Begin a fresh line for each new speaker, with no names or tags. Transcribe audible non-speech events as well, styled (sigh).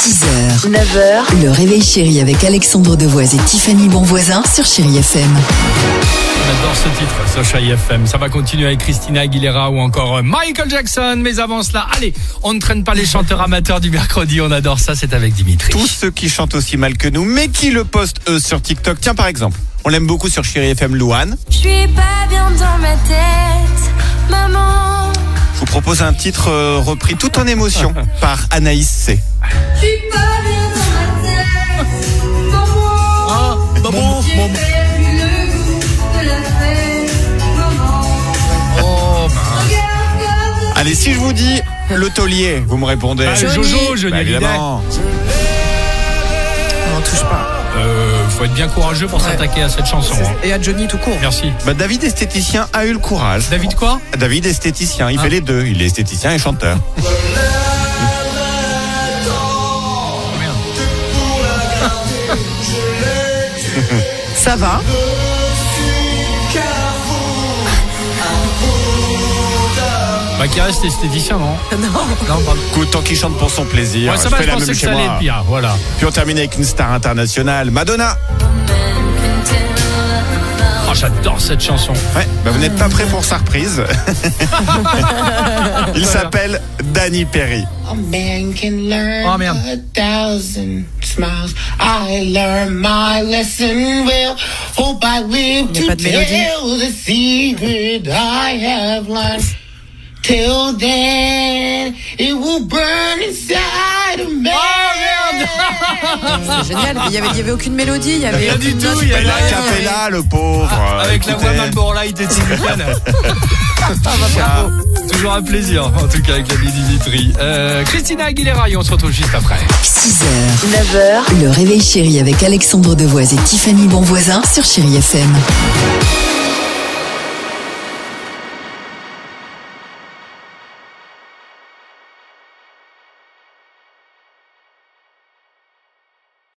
6h, 9h, le réveil chéri avec Alexandre Devoise et Tiffany Bonvoisin sur Chéri FM.
On adore ce titre sur Chai FM. Ça va continuer avec Christina Aguilera ou encore euh, Michael Jackson. Mais avant cela, allez, on ne traîne pas les chanteurs amateurs du mercredi. On adore ça, c'est avec Dimitri.
tous ceux qui chantent aussi mal que nous, mais qui le postent eux sur TikTok. Tiens, par exemple, on l'aime beaucoup sur Chéri FM Louane.
Je suis pas bien dans ma tête, maman.
Je vous propose un titre euh, repris tout en
(laughs)
émotion par Anaïs C.
Je suis pas bien dans ma tête, maman.
Ah,
J'ai perdu le goût de la fête, maman.
Oh, bah,
Regarde comme
Allez, si je vous dis le taulier, vous me répondez.
bah, Jojo, je
Bah, évidemment.
On n'en touche pas.
Euh, faut être bien courageux pour s'attaquer à cette chanson. hein.
Et à Johnny tout court.
Merci.
Bah, David esthéticien a eu le courage.
David Ah. quoi
David esthéticien, il fait les deux. Il est esthéticien et chanteur.
Oh, merde.
(laughs) Ça va.
Bah qui reste esthéticien, non
(laughs) Non.
Non, pardon.
Écoute, tant qu'il chante pour son plaisir,
Ouais, ça
je
va,
fais
je
la
pensais
même
que
chez
ça allait
moi.
être pire. Voilà.
Puis on termine avec une star internationale, Madonna.
Oh, j'adore cette chanson.
Ouais, bah vous n'êtes pas prêt pour sa reprise. (laughs) il s'appelle Danny Perry.
A man can learn
Oh, man.
a thousand smiles. I learned my lesson well. Hope I live
Il y a
to
pas de mélodie.
tell the secret I have learned. Till then, it will burn inside of me.
C'est génial. Il n'y avait, il y avait aucune mélodie. Il y avait
Rien
aucune
du tout,
note.
il y avait
Elle a
Ouais.
capella, le pauvre. euh,
Ah, Avec la
écoutez. Ah, bah,
voix même pour light et
(laughs)
Toujours un plaisir, en tout cas, avec la Dimitri. Euh, Christina Aguilera, et on se retrouve juste après.
6h, 9h, le réveil chéri avec Alexandre Devoise et Tiffany Bonvoisin sur Chéri FM.